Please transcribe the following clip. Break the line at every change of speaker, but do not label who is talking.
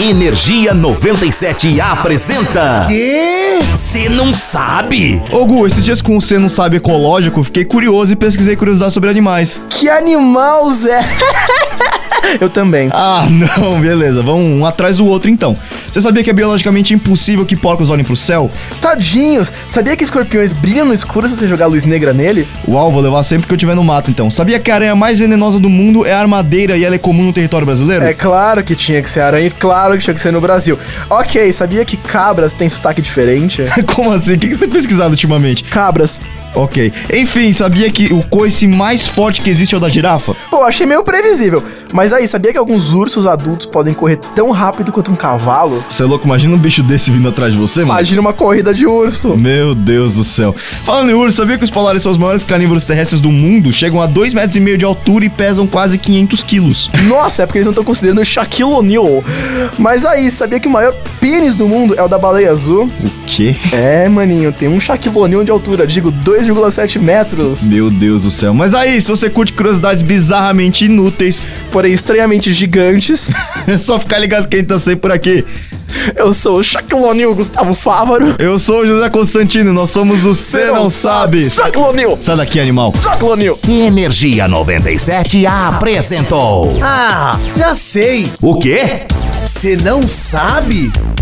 Energia 97 apresenta.
Quê?
Você não sabe?
Ô Gu, esses dias com você não sabe ecológico, fiquei curioso e pesquisei curiosidades sobre animais.
Que animal, Zé? Eu também.
Ah, não, beleza, vamos um atrás do outro então. Você sabia que é biologicamente impossível que porcos olhem pro céu?
Tadinhos, sabia que escorpiões brilham no escuro se você jogar luz negra nele?
Uau, vou levar sempre que eu tiver no mato então. Sabia que a aranha mais venenosa do mundo é a armadeira e ela é comum no território brasileiro?
É claro que tinha que ser aranha, e claro que tinha que ser no Brasil. Ok, sabia que cabras têm sotaque diferente?
Como assim? O que que você tem pesquisado ultimamente?
Cabras.
Ok. Enfim, sabia que o coice mais forte que existe é o da girafa?
Pô, achei meio previsível. Mas aí, sabia que alguns ursos adultos podem correr tão rápido quanto um cavalo?
Você é louco, imagina um bicho desse vindo atrás de você, mano.
Imagina uma corrida de urso.
Meu Deus do céu. Falando em urso, sabia que os polares são os maiores carnívoros terrestres do mundo? Chegam a 2,5 metros e meio de altura e pesam quase 500 quilos.
Nossa, é porque eles não estão considerando o Shaquille O'Neal. Mas aí, sabia que o maior pênis do mundo é o da baleia azul?
O quê?
É, maninho, tem um Shaquille O'Neal de altura, digo 2,7 metros,
Meu Deus do céu. Mas aí, se você curte curiosidades bizarramente inúteis,
porém estranhamente gigantes.
é só ficar ligado que a gente tá sempre por aqui.
Eu sou o Shaquille O'Neal Gustavo Fávaro.
Eu sou o José Constantino, nós somos o Cê Não, Sabe.
Shaquille O'Neal!
Sai daqui, animal.
Shaquille O'Neal!
Energia 97 apresentou.
Ah, já sei.
O quê?
Você não sabe?